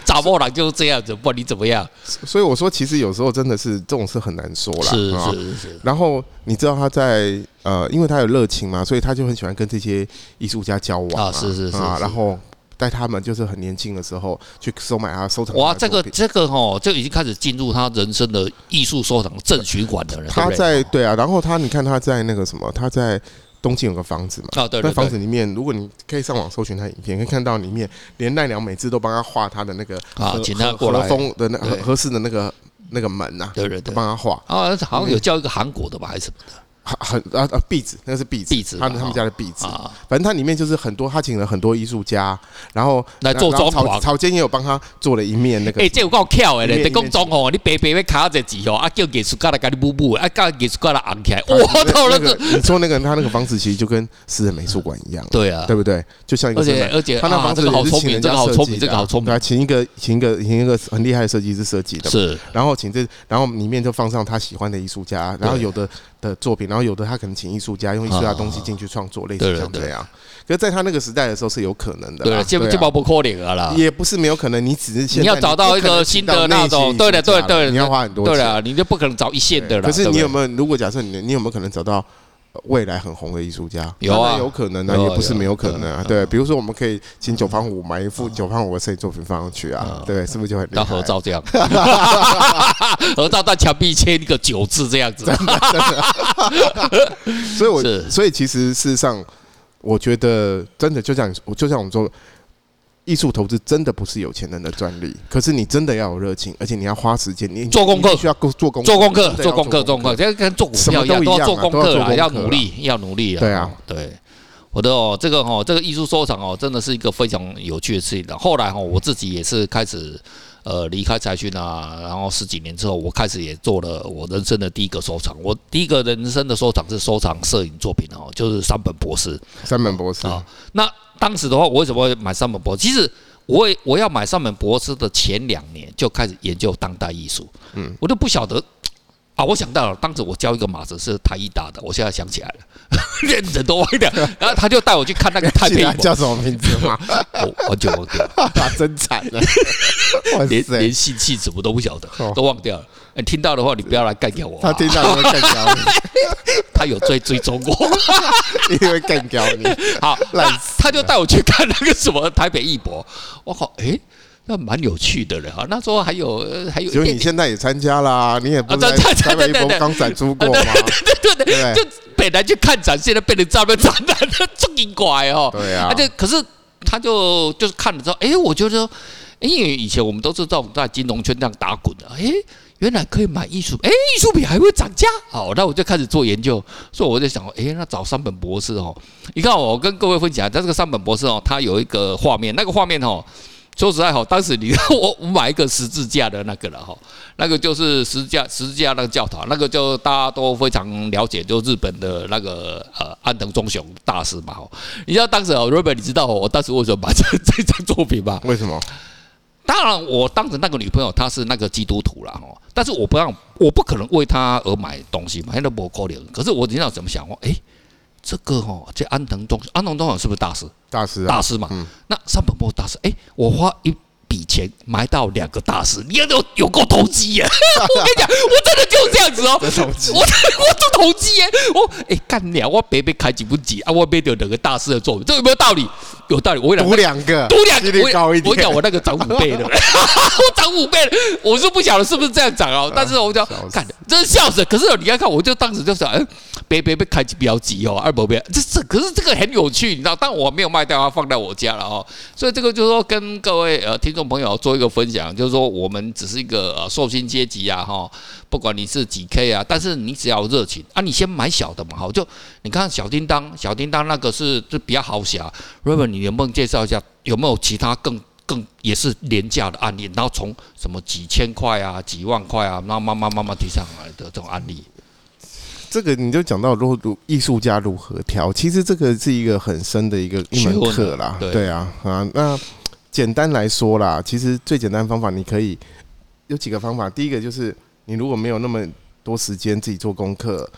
[SPEAKER 1] 找不人就是这样子，不管你怎么样。
[SPEAKER 2] [laughs] 所以我说，其实有时候真的是这种事很难说啦。
[SPEAKER 1] 是
[SPEAKER 2] 啊
[SPEAKER 1] 是是是，
[SPEAKER 2] 然后你知道他在呃，因为他有热情嘛，所以他就很喜欢跟这些艺术家交往
[SPEAKER 1] 啊是是是
[SPEAKER 2] 啊，
[SPEAKER 1] 是
[SPEAKER 2] 然后带他们就是很年轻的时候去收买他收藏他
[SPEAKER 1] 哇，
[SPEAKER 2] 的
[SPEAKER 1] 这
[SPEAKER 2] 作
[SPEAKER 1] 个
[SPEAKER 2] 品
[SPEAKER 1] 这个哦，这已经开始进入他人生的艺术收藏正循环的人，
[SPEAKER 2] 他
[SPEAKER 1] 对不对
[SPEAKER 2] 在对啊，然后他你看他在那个什么，他在东京有个房子嘛，
[SPEAKER 1] 啊，对
[SPEAKER 2] 那
[SPEAKER 1] 对
[SPEAKER 2] 房
[SPEAKER 1] 对，
[SPEAKER 2] 子里面，如果你可以上网搜寻他影片，可以看到里面连奈良美智都帮他画他的那个
[SPEAKER 1] 啊
[SPEAKER 2] 和
[SPEAKER 1] 请他
[SPEAKER 2] 和
[SPEAKER 1] 过来
[SPEAKER 2] 和风的那
[SPEAKER 1] 对
[SPEAKER 2] 和合适的那个那个门呐，
[SPEAKER 1] 对对
[SPEAKER 2] 都
[SPEAKER 1] 对。
[SPEAKER 2] 帮他画
[SPEAKER 1] 啊，好像有叫一个韩国的吧，
[SPEAKER 2] 嗯
[SPEAKER 1] 还是什么
[SPEAKER 2] 很很啊啊壁纸，那个是壁纸，
[SPEAKER 1] 壁纸
[SPEAKER 2] 他
[SPEAKER 1] 嘛
[SPEAKER 2] 他们
[SPEAKER 1] 哈
[SPEAKER 2] 家的壁纸。
[SPEAKER 1] 啊？
[SPEAKER 2] 反正它里面就是很多，他请了很多艺术家，然后
[SPEAKER 1] 来做
[SPEAKER 2] 然后
[SPEAKER 1] 装潢
[SPEAKER 2] 草草间也有帮他做了一面那个
[SPEAKER 1] 哎，这有够巧的
[SPEAKER 2] 里
[SPEAKER 1] 咧！
[SPEAKER 2] 面
[SPEAKER 1] 你讲中吼，你白白要卡一字吼，啊叫艺术家来给你补补，啊叫艺术家来昂起来，
[SPEAKER 2] 那
[SPEAKER 1] 哇，
[SPEAKER 2] 个
[SPEAKER 1] 到了
[SPEAKER 2] 那
[SPEAKER 1] 这，
[SPEAKER 2] 个，你说那个他那个房子其实就跟私人美术馆一样，
[SPEAKER 1] 对啊，
[SPEAKER 2] 对不对？就像一个
[SPEAKER 1] 而
[SPEAKER 2] 私人
[SPEAKER 1] 且而且
[SPEAKER 2] 他那
[SPEAKER 1] 啊
[SPEAKER 2] 房子
[SPEAKER 1] 这个好
[SPEAKER 2] 也是
[SPEAKER 1] 聪
[SPEAKER 2] 请
[SPEAKER 1] 明，
[SPEAKER 2] 人
[SPEAKER 1] 这
[SPEAKER 2] 家
[SPEAKER 1] 个好
[SPEAKER 2] 设
[SPEAKER 1] 聪
[SPEAKER 2] 计
[SPEAKER 1] 明，
[SPEAKER 2] 的
[SPEAKER 1] 这个好
[SPEAKER 2] 啊
[SPEAKER 1] 聪
[SPEAKER 2] 对
[SPEAKER 1] 明，
[SPEAKER 2] 啊，请一个请一个请一个很厉害的设计师设计的嘛，
[SPEAKER 1] 是
[SPEAKER 2] 然后请这，然后里面就放上他喜欢的艺术家，然后有的的作品，然后有的他可能请艺术家用艺术家的东西进去创作，类似
[SPEAKER 1] 对了
[SPEAKER 2] 像
[SPEAKER 1] 对
[SPEAKER 2] 这样。可是，在他那个时代的时候是有可能的啦，
[SPEAKER 1] 对了，这
[SPEAKER 2] 对啊
[SPEAKER 1] 这包不可能啊啦，
[SPEAKER 2] 也不是没有可能，你只是现在
[SPEAKER 1] 你要找到一个
[SPEAKER 2] 不可能
[SPEAKER 1] 新
[SPEAKER 2] 请到
[SPEAKER 1] 的那种
[SPEAKER 2] 类型艺术家
[SPEAKER 1] 对了对对
[SPEAKER 2] 了你要花很多
[SPEAKER 1] 对啊
[SPEAKER 2] 钱。
[SPEAKER 1] 了，你就不可能找一线的啦。
[SPEAKER 2] 可是
[SPEAKER 1] 对不
[SPEAKER 2] 你
[SPEAKER 1] 对
[SPEAKER 2] 有没有？如果假设你你有没有可能找到呃未来很红的艺术家？
[SPEAKER 1] 有啊
[SPEAKER 2] 当然有可能啊，
[SPEAKER 1] 有啊
[SPEAKER 2] 也不是没有可能
[SPEAKER 1] 有啊
[SPEAKER 2] 啊。对，比如说我们可以请九方五买一幅九方五的设计作品放上去啊
[SPEAKER 1] 嗯，
[SPEAKER 2] 对，是不是就很厉害
[SPEAKER 1] 当合？照
[SPEAKER 2] [laughs]
[SPEAKER 1] 这样，合照在墙壁签一个九字这样子，
[SPEAKER 2] 所
[SPEAKER 1] 是
[SPEAKER 2] 以我所以其实事实上，我觉得真的就像我就像我们说。艺术投资真的不是有钱人的专利，可是你真的要有热情，而且你要花时间，你
[SPEAKER 1] 做功课
[SPEAKER 2] 你必须要做功
[SPEAKER 1] 做功课
[SPEAKER 2] 真，的要
[SPEAKER 1] 做功课，做功课，这个跟做股票一
[SPEAKER 2] 什
[SPEAKER 1] 样，都
[SPEAKER 2] 么都一样啊
[SPEAKER 1] 要做功课啦，
[SPEAKER 2] 都
[SPEAKER 1] 要
[SPEAKER 2] 要做功课啦
[SPEAKER 1] 努力，要努力啊。
[SPEAKER 2] 对啊
[SPEAKER 1] 哦，对。我的哦，这个哦，这个艺术收藏哦，真的是一个非常有趣的事情的。后来哦，我自己也是开始，呃，离开财讯啊，然后十几年之后，我开始也做了我人生的第一个收藏。我第一个人生的收藏是收藏摄影作品哦，就是山本博士。
[SPEAKER 2] 三本博士
[SPEAKER 1] 啊那当时的话，我为什么会买山本博士？其实我也我要买山本博士的前两年就开始研究当代艺术，嗯，我都不晓得。啊，我想到了，当时我教一个马子是台艺大的，我现在想起来了， [laughs] 认人都歪
[SPEAKER 2] [laughs]
[SPEAKER 1] 掉。然后他就带我去看那个台
[SPEAKER 2] 记
[SPEAKER 1] 北
[SPEAKER 2] 得他 [laughs]
[SPEAKER 1] 影博，
[SPEAKER 2] 叫什么名字吗？
[SPEAKER 1] 我哦完全忘掉了，
[SPEAKER 2] 真惨了，哇 [laughs]
[SPEAKER 1] 连
[SPEAKER 2] 塞！
[SPEAKER 1] 连姓氏什么都不晓得
[SPEAKER 2] 啊哦，
[SPEAKER 1] 都忘掉了。哎听到的话，你不要来干掉我
[SPEAKER 2] 他
[SPEAKER 1] 啊，
[SPEAKER 2] 听到你会更高，
[SPEAKER 1] 他有追 [laughs] 追踪
[SPEAKER 2] [laughs]
[SPEAKER 1] 我。
[SPEAKER 2] 一定会更高你。
[SPEAKER 1] 好，那
[SPEAKER 2] 烂
[SPEAKER 1] 他就带我去看那个什么台北艺博，我靠，诶，那蛮有趣的了哈。那时候还有呃还有一
[SPEAKER 2] 所以
[SPEAKER 1] 点
[SPEAKER 2] 你现在也参加啦，你也不
[SPEAKER 1] 啊
[SPEAKER 2] 在
[SPEAKER 1] 对对对
[SPEAKER 2] 台北一
[SPEAKER 1] 对对
[SPEAKER 2] 博
[SPEAKER 1] 对
[SPEAKER 2] 刚展出过
[SPEAKER 1] 啊
[SPEAKER 2] 吗？
[SPEAKER 1] 对对对对，
[SPEAKER 2] 对
[SPEAKER 1] 就本来去看展，现在变成照片展览 [laughs] 了，这奇怪哦。
[SPEAKER 2] 对啊
[SPEAKER 1] 而，且可是他就就是看了之后，诶，哎我觉得，因为以前我们都是这种在金融圈这样打滚的，诶，原来可以买艺术，诶，艺术品还会涨价，好，那我就开始做研究，所以我就想，诶，那找山本博士哦，你看我跟各位分享，他这个山本博士哦，他有一个画面，那个画面哦。说实在哈，当时你我我买一个十字架的那个了哈，那个就是十字架十字架那个教堂，那个就大家都非常了解，就日本的那个呃安藤忠雄大师嘛哈。你知道当时哦，Robert，你知道哦我当时为什么买这这张作品吗？ [laughs]
[SPEAKER 2] 为什么？
[SPEAKER 1] 当然，我当时那个女朋友她是那个基督徒啦哈，但是我不让，我不可能为她而买东西嘛，那不可能。可是我你知道怎么想哦？诶，这个哦，这安藤忠安藤忠雄是不是大师？
[SPEAKER 2] 大师啊
[SPEAKER 1] 大，师嘛。那山本博大师，哎、我花一笔钱买到两个大师，你要有有够投机
[SPEAKER 2] [laughs]
[SPEAKER 1] 耶！我跟你讲，我真的就这样子哦，
[SPEAKER 2] 真投机
[SPEAKER 1] 我 [laughs] 我都投机耶！我哎干娘，我白白开几不急啊，我买到两个大师的作品，这有没有道理？有道理，我跟你讲
[SPEAKER 2] [laughs] 读。两个，
[SPEAKER 1] [laughs] 读两
[SPEAKER 2] 几
[SPEAKER 1] 个，
[SPEAKER 2] 率高一
[SPEAKER 1] 我我讲
[SPEAKER 2] 点。
[SPEAKER 1] 我那个涨五
[SPEAKER 2] [laughs]
[SPEAKER 1] 倍的， [laughs] 我涨五倍了，我是不晓得是不是这样涨哦，但是我讲
[SPEAKER 2] 笑死
[SPEAKER 1] 看，真是笑死。可是你要看，我就当时就想，哎，别别别开比较急哦，二伯别，这这可是这个很有趣，你知道，但我没有卖掉，它放在我家了哦。所以这个就是说跟各位呃听众朋友做一个分享，就是说我们只是一个呃受薪阶级啊哈，不管你是几 K 啊，但是你只要有热情啊，你先买小的嘛，好就你看小叮当，小叮当那个是就比较豪侠。Robert，你能不能介绍一下有没有其他更更也是廉价的案例？然后从什么几千块啊、几万块啊，然后慢慢慢慢提上来的这种案例，
[SPEAKER 2] 这个你就讲到如何如艺术家如何挑，其实这个是一个很深的一个一门课啦。
[SPEAKER 1] 学问啊对
[SPEAKER 2] 对啊，啊，那简单来说啦，其实最简单的方法，你可以有几个方法。第一个就是你如果没有那么多时间自己做功课，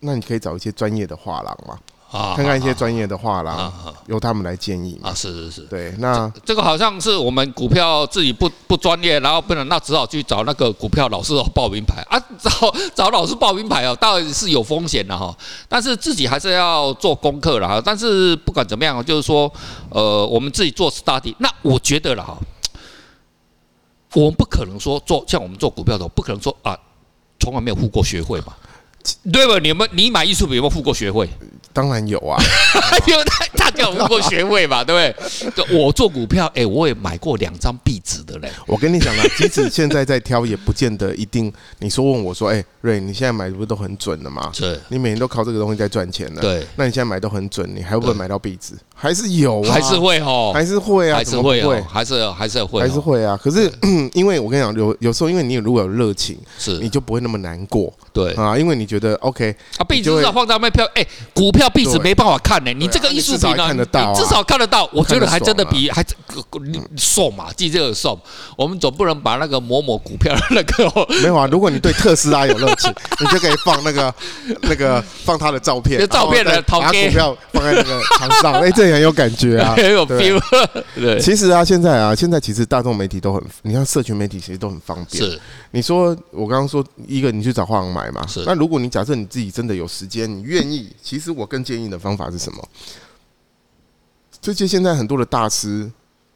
[SPEAKER 2] 那你可以找一些专业的画廊嘛。
[SPEAKER 1] 啊
[SPEAKER 2] 看看一些专业的话
[SPEAKER 1] 啊
[SPEAKER 2] 啦，
[SPEAKER 1] 啊
[SPEAKER 2] 由他们来建议嘛。
[SPEAKER 1] 啊，是是是，
[SPEAKER 2] 对，那
[SPEAKER 1] 这个好像是我们股票自己不不专业，然后不能，那只好去找那个股票老师哦报名牌啊， [laughs] 找找老师报名牌哦，当然是有风险的哈，但是自己还是要做功课了哈。但是不管怎么样，就是说，呃，我们自己做 study，那我觉得了哈，我们不可能说做像我们做股票的，不可能说啊，从来没有付过学费嘛。对吧？你们你买艺术品有没有付过学费？
[SPEAKER 2] 当然有啊，
[SPEAKER 1] 因为他他叫我付过学费嘛，对不对？我做股票，哎、我也买过两张壁纸的嘞。
[SPEAKER 2] 我跟你讲啊， [laughs] 即使现在在挑，也不见得一定。你说问我说，哎，瑞，你现在买不是都很准了吗？
[SPEAKER 1] 是，
[SPEAKER 2] 你每年都靠这个东西在赚钱呢。
[SPEAKER 1] 对，
[SPEAKER 2] 那你现在买都很准，你还会不会买到壁纸？还是有啊，
[SPEAKER 1] 还是会哦，
[SPEAKER 2] 还是会啊，
[SPEAKER 1] 还
[SPEAKER 2] 怎
[SPEAKER 1] 是
[SPEAKER 2] 么不
[SPEAKER 1] 会哦
[SPEAKER 2] 会，，
[SPEAKER 1] 还是还是会哦，
[SPEAKER 2] 还是会啊。可是 [clears throat] 因为我跟你讲，有有时候因为你如果有热情，你
[SPEAKER 1] 是，
[SPEAKER 2] 就不会那么难过
[SPEAKER 1] 对
[SPEAKER 2] 啊，因为你觉得 OK，
[SPEAKER 1] 啊，壁纸
[SPEAKER 2] 就
[SPEAKER 1] 至
[SPEAKER 2] 会
[SPEAKER 1] 少放在卖票，哎，股票壁纸
[SPEAKER 2] 对啊
[SPEAKER 1] 没办法看呢，你这个艺术品
[SPEAKER 2] 你至少
[SPEAKER 1] 呢，
[SPEAKER 2] 还看
[SPEAKER 1] 你
[SPEAKER 2] 得到啊
[SPEAKER 1] 至少看得到，我觉得还真的
[SPEAKER 2] 看得啊
[SPEAKER 1] 比还送嘛，记这个送，我们总不能把那个某某股票的 [laughs] 那个哦
[SPEAKER 2] 没有啊，如果你对特斯拉有热
[SPEAKER 1] [laughs]
[SPEAKER 2] 情，你就可以放那个那个放他的照片，
[SPEAKER 1] 有照片的
[SPEAKER 2] 然后再把
[SPEAKER 1] 头
[SPEAKER 2] 股
[SPEAKER 1] 贴。
[SPEAKER 2] 票放在那个墙上，哎，这也很有感觉啊
[SPEAKER 1] 很有
[SPEAKER 2] 对
[SPEAKER 1] feel，对，
[SPEAKER 2] [laughs] 其实啊，现在啊，现在其实大众媒体都很，你看社群媒体其实都很方便。
[SPEAKER 1] 是
[SPEAKER 2] 你说我刚刚说一个，你去找画廊买嘛
[SPEAKER 1] 是。
[SPEAKER 2] 那如果你假设你自己真的有时间，你愿意，其实我更建议的方法是什么？这些现在很多的大师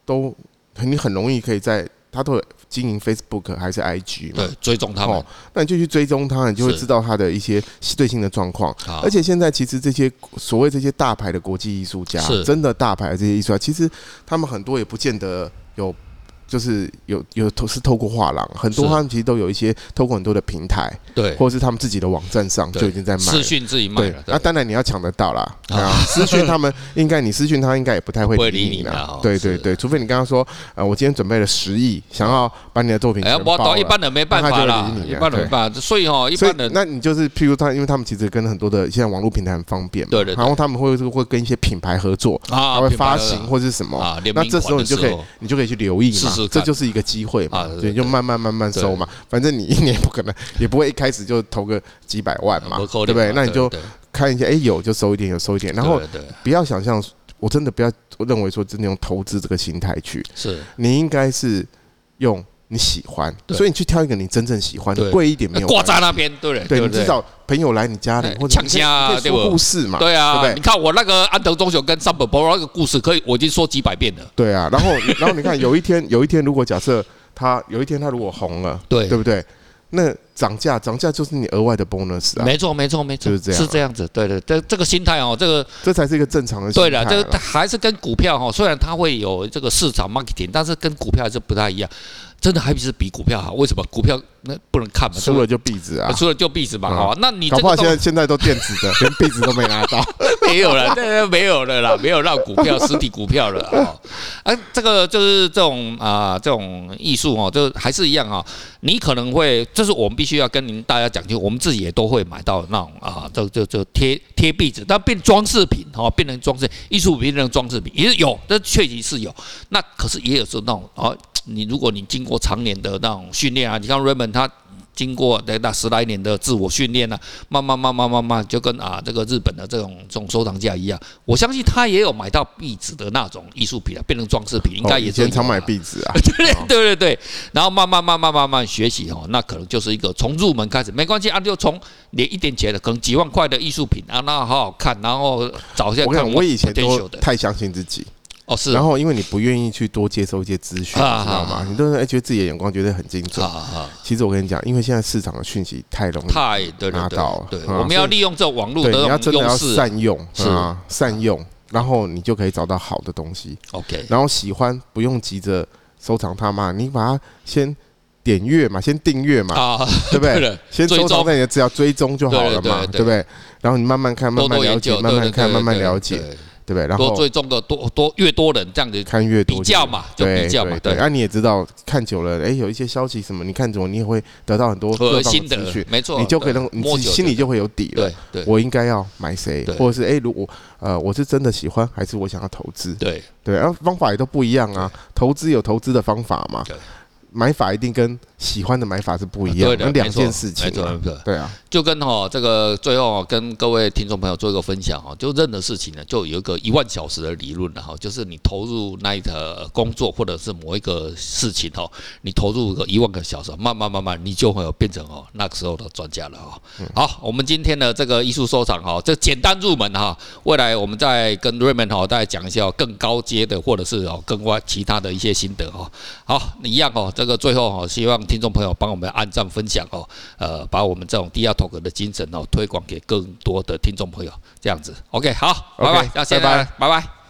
[SPEAKER 2] 都，你很容易可以在他都有经营 Facebook 还是 IG 嘛
[SPEAKER 1] 对，，追踪他们
[SPEAKER 2] 哦，那你就去追踪他，你就会
[SPEAKER 1] 是
[SPEAKER 2] 知道他的一些最新的状况。
[SPEAKER 1] 好
[SPEAKER 2] 而且现在其实这些所谓这些大牌的国际艺术家
[SPEAKER 1] 是，
[SPEAKER 2] 真的大牌的这些艺术家，其实他们很多也不见得有。就是有有透是透过画廊，很多
[SPEAKER 1] 是
[SPEAKER 2] 他们其实都有一些透过很多的平台，
[SPEAKER 1] 对，
[SPEAKER 2] 或者是他们自己的网站上
[SPEAKER 1] 对
[SPEAKER 2] 就已经在卖
[SPEAKER 1] 私
[SPEAKER 2] 了。
[SPEAKER 1] 讯自己卖
[SPEAKER 2] 对
[SPEAKER 1] 了，，
[SPEAKER 2] 那
[SPEAKER 1] 对
[SPEAKER 2] 当然你要抢得到啦。
[SPEAKER 1] 啊
[SPEAKER 2] 啊，私讯
[SPEAKER 1] [laughs]
[SPEAKER 2] 他们应该你私讯他应该也不太会
[SPEAKER 1] 不会理
[SPEAKER 2] 你
[SPEAKER 1] 你啦
[SPEAKER 2] 啦
[SPEAKER 1] 哦。
[SPEAKER 2] 对对
[SPEAKER 1] 是
[SPEAKER 2] 对，除非你跟他说，呃，我今天准备了十亿，想要把你的作品
[SPEAKER 1] 哎呀，
[SPEAKER 2] 全
[SPEAKER 1] 我
[SPEAKER 2] 包
[SPEAKER 1] 到一
[SPEAKER 2] 了
[SPEAKER 1] 般人没办法啦
[SPEAKER 2] 那他就会理，你
[SPEAKER 1] 一
[SPEAKER 2] 啊
[SPEAKER 1] 般人没办法，所以哦，一
[SPEAKER 2] 所以
[SPEAKER 1] 般，人
[SPEAKER 2] 那你就是，譬如他，因为他们其实跟很多的现在网络平台很方便嘛，
[SPEAKER 1] 对对对
[SPEAKER 2] 然后他们会会跟一些品牌合作，
[SPEAKER 1] 啊
[SPEAKER 2] 他会
[SPEAKER 1] 品牌
[SPEAKER 2] 发
[SPEAKER 1] 了
[SPEAKER 2] 行或是什么，
[SPEAKER 1] 啊，联
[SPEAKER 2] 那
[SPEAKER 1] 名
[SPEAKER 2] 这时候
[SPEAKER 1] 款
[SPEAKER 2] 你
[SPEAKER 1] 的
[SPEAKER 2] 就
[SPEAKER 1] 时
[SPEAKER 2] 可以
[SPEAKER 1] 候，
[SPEAKER 2] 你就可以去留意嘛，
[SPEAKER 1] 试试看
[SPEAKER 2] 这就是一个机会嘛，
[SPEAKER 1] 啊对对
[SPEAKER 2] 对，你就
[SPEAKER 1] 对
[SPEAKER 2] 慢慢慢慢收嘛，反正你一年不可能也不会一开始就投个几百万嘛，
[SPEAKER 1] 不
[SPEAKER 2] 对
[SPEAKER 1] 扣
[SPEAKER 2] 不对？那你就
[SPEAKER 1] 对
[SPEAKER 2] 看一下，哎，有就收一点，有收一点，然后
[SPEAKER 1] 对对
[SPEAKER 2] 不要想象，我真的不要认为说真的用投资这个心态去，
[SPEAKER 1] 是
[SPEAKER 2] 你应该是用你喜欢，
[SPEAKER 1] 对
[SPEAKER 2] 所以你去挑一个你真正喜欢的，
[SPEAKER 1] 对
[SPEAKER 2] 贵一点没有
[SPEAKER 1] 挂
[SPEAKER 2] 关系
[SPEAKER 1] 在那边，对不对？
[SPEAKER 2] 对
[SPEAKER 1] 不
[SPEAKER 2] 你至少朋友来你家里
[SPEAKER 1] 哎
[SPEAKER 2] 或者
[SPEAKER 1] 呛虾啊
[SPEAKER 2] 你可以说故事嘛，
[SPEAKER 1] 对
[SPEAKER 2] 对
[SPEAKER 1] 啊
[SPEAKER 2] 不对，
[SPEAKER 1] 你看我那个安藤忠雄跟三本博那个故事，可以我已经说几百遍了，
[SPEAKER 2] 对啊。然后然后你看，有一天 [laughs] 有一天，如果假设他有一天他如果红了，
[SPEAKER 1] 对
[SPEAKER 2] 对不对？那涨价涨价就是你额外的 bonus 啊，
[SPEAKER 1] 没错没错没错，
[SPEAKER 2] 就
[SPEAKER 1] 是
[SPEAKER 2] 是这样啊
[SPEAKER 1] 这样子，对对，这这个心态哦，这个
[SPEAKER 2] 这才是一个正常的心
[SPEAKER 1] 对
[SPEAKER 2] 态
[SPEAKER 1] 了，
[SPEAKER 2] 啊。
[SPEAKER 1] 这个还是跟股票哈、哦虽然它会有这个市场 marketing，但是跟股票还是不太一样，真的还是比股票好。为什么？股票那不能看嘛，
[SPEAKER 2] 输了就壁纸啊
[SPEAKER 1] 呃。输了就壁纸嘛，
[SPEAKER 2] 嗯
[SPEAKER 1] 好、那你
[SPEAKER 2] 搞
[SPEAKER 1] 这
[SPEAKER 2] 不好
[SPEAKER 1] 个
[SPEAKER 2] 现在
[SPEAKER 1] 都
[SPEAKER 2] 现在都电子
[SPEAKER 1] [laughs]
[SPEAKER 2] 的，连壁纸都没拿到。
[SPEAKER 1] 没有了，对对，没有了啦，没有让股票实体股票了哦。啊，这个就是这种啊、这种艺术哦，就还是一样啊、你可能会，这是我们必须要跟您大家讲就我们自己也都会买到那种啊，就就就贴贴壁纸，但变装饰品哦，变成装饰艺术品变成装饰品也是有，这确实是有。那可是也有是那种哦，你如果你经过长年的那种训练啊，你像 Raymond 他。经过的那十来年的自我训练啊，慢慢慢慢慢慢，就跟啊这个日本的这种这种收藏家一样，我相信他也有买到壁纸的那种艺术品啊，变成装饰品，应该
[SPEAKER 2] 哦
[SPEAKER 1] 也
[SPEAKER 2] 以
[SPEAKER 1] 是有
[SPEAKER 2] 前常买
[SPEAKER 1] 啊
[SPEAKER 2] 壁
[SPEAKER 1] [laughs]
[SPEAKER 2] 纸啊，
[SPEAKER 1] 对对对对，然后慢慢慢慢慢慢学习哦，那可能就是一个从入门开始，没关系啊，就从连一点钱的，可能几万块的艺术品啊，那好好看，然后找一下
[SPEAKER 2] 我跟你
[SPEAKER 1] 看
[SPEAKER 2] 讲，我以前
[SPEAKER 1] potential
[SPEAKER 2] 都
[SPEAKER 1] 的
[SPEAKER 2] 太相信自己，
[SPEAKER 1] 哦是
[SPEAKER 2] 然
[SPEAKER 1] 啊
[SPEAKER 2] 后因为你不愿意去多接受一些资讯，你知
[SPEAKER 1] 啊
[SPEAKER 2] 道
[SPEAKER 1] 啊
[SPEAKER 2] 吗？你都是哎觉得自己的眼光觉得很精
[SPEAKER 1] 啊
[SPEAKER 2] 准。
[SPEAKER 1] 啊，
[SPEAKER 2] 其实我跟你讲，因为现在市场的讯息太容易
[SPEAKER 1] 太对对
[SPEAKER 2] 拿
[SPEAKER 1] 对
[SPEAKER 2] 到了
[SPEAKER 1] 对，
[SPEAKER 2] 啊
[SPEAKER 1] 我们要利用这种网络
[SPEAKER 2] 对，你要
[SPEAKER 1] 的这
[SPEAKER 2] 真
[SPEAKER 1] 种
[SPEAKER 2] 的要
[SPEAKER 1] 优势
[SPEAKER 2] 善用，
[SPEAKER 1] 是
[SPEAKER 2] 啊，善用，然后你就可以找到好的东西。
[SPEAKER 1] ，OK
[SPEAKER 2] 然后喜欢不用急着收藏它嘛，你把它先点阅嘛，先订阅嘛，
[SPEAKER 1] 啊，
[SPEAKER 2] 对不
[SPEAKER 1] 对
[SPEAKER 2] 对？
[SPEAKER 1] 了，
[SPEAKER 2] 先
[SPEAKER 1] 追
[SPEAKER 2] 收藏
[SPEAKER 1] 踪
[SPEAKER 2] 在你的资料追踪就好
[SPEAKER 1] 对对
[SPEAKER 2] 了嘛，
[SPEAKER 1] 对对
[SPEAKER 2] 对不对？然后你慢慢看，慢
[SPEAKER 1] 多
[SPEAKER 2] 慢
[SPEAKER 1] 多
[SPEAKER 2] 了
[SPEAKER 1] 研
[SPEAKER 2] 解
[SPEAKER 1] 究，，
[SPEAKER 2] 慢
[SPEAKER 1] 对
[SPEAKER 2] 慢
[SPEAKER 1] 对
[SPEAKER 2] 看，
[SPEAKER 1] 对
[SPEAKER 2] 慢慢
[SPEAKER 1] 对
[SPEAKER 2] 了解，
[SPEAKER 1] 对
[SPEAKER 2] 对不对？然
[SPEAKER 1] 多
[SPEAKER 2] 后
[SPEAKER 1] 追踪的多多越多人这样子
[SPEAKER 2] 看越多
[SPEAKER 1] 比较嘛，就
[SPEAKER 2] 对
[SPEAKER 1] 比较嘛
[SPEAKER 2] 对，对，
[SPEAKER 1] 对，
[SPEAKER 2] 那你也知道，看久了，哎，有一些消息什么，你看久了，你也会得到很多各
[SPEAKER 1] 核
[SPEAKER 2] 方
[SPEAKER 1] 心
[SPEAKER 2] 的资
[SPEAKER 1] 的
[SPEAKER 2] 讯，
[SPEAKER 1] 没错，
[SPEAKER 2] 你就可以让
[SPEAKER 1] 对
[SPEAKER 2] 你
[SPEAKER 1] 摸
[SPEAKER 2] 自己
[SPEAKER 1] 久
[SPEAKER 2] 心
[SPEAKER 1] 就
[SPEAKER 2] 里就会有底了
[SPEAKER 1] 对。对
[SPEAKER 2] 我应该要买谁
[SPEAKER 1] 对，
[SPEAKER 2] 或者是诶，如果呃我是真的喜欢，还是我想要投资？
[SPEAKER 1] 对
[SPEAKER 2] 啊对，然后方法也都不一样啊，投资有投资的方法嘛
[SPEAKER 1] 对。啊
[SPEAKER 2] 买法一定跟喜欢的买法是不一样，
[SPEAKER 1] 对的
[SPEAKER 2] 那两
[SPEAKER 1] 没错
[SPEAKER 2] 件事情
[SPEAKER 1] 没错
[SPEAKER 2] 啊
[SPEAKER 1] 没错，
[SPEAKER 2] 对啊，
[SPEAKER 1] 就跟哈这个最后哦跟各位听众朋友做一个分享哈，就任何事情呢，就有一个一万小时的理论了哈，就是你投入那一个工作或者是某一个事情哦，你投入个一万个小时，慢慢慢慢你就会有变成哦那个时候的专家了哈。好，我们今天的这个艺术收藏哈，这简单入门哈，未来我们再跟 Raymond 哈再讲一下哦更高阶的或者是哦更外其他的一些心得哈。好，一样哦，这个最后哦，希望听众朋友帮我们按赞分享哦，呃，把我们这种低压 talk 的精神哦推广给更多的听众朋友，这样子。OK，好，拜拜
[SPEAKER 2] OK，，
[SPEAKER 1] 那先
[SPEAKER 2] 拜拜
[SPEAKER 1] 拜拜。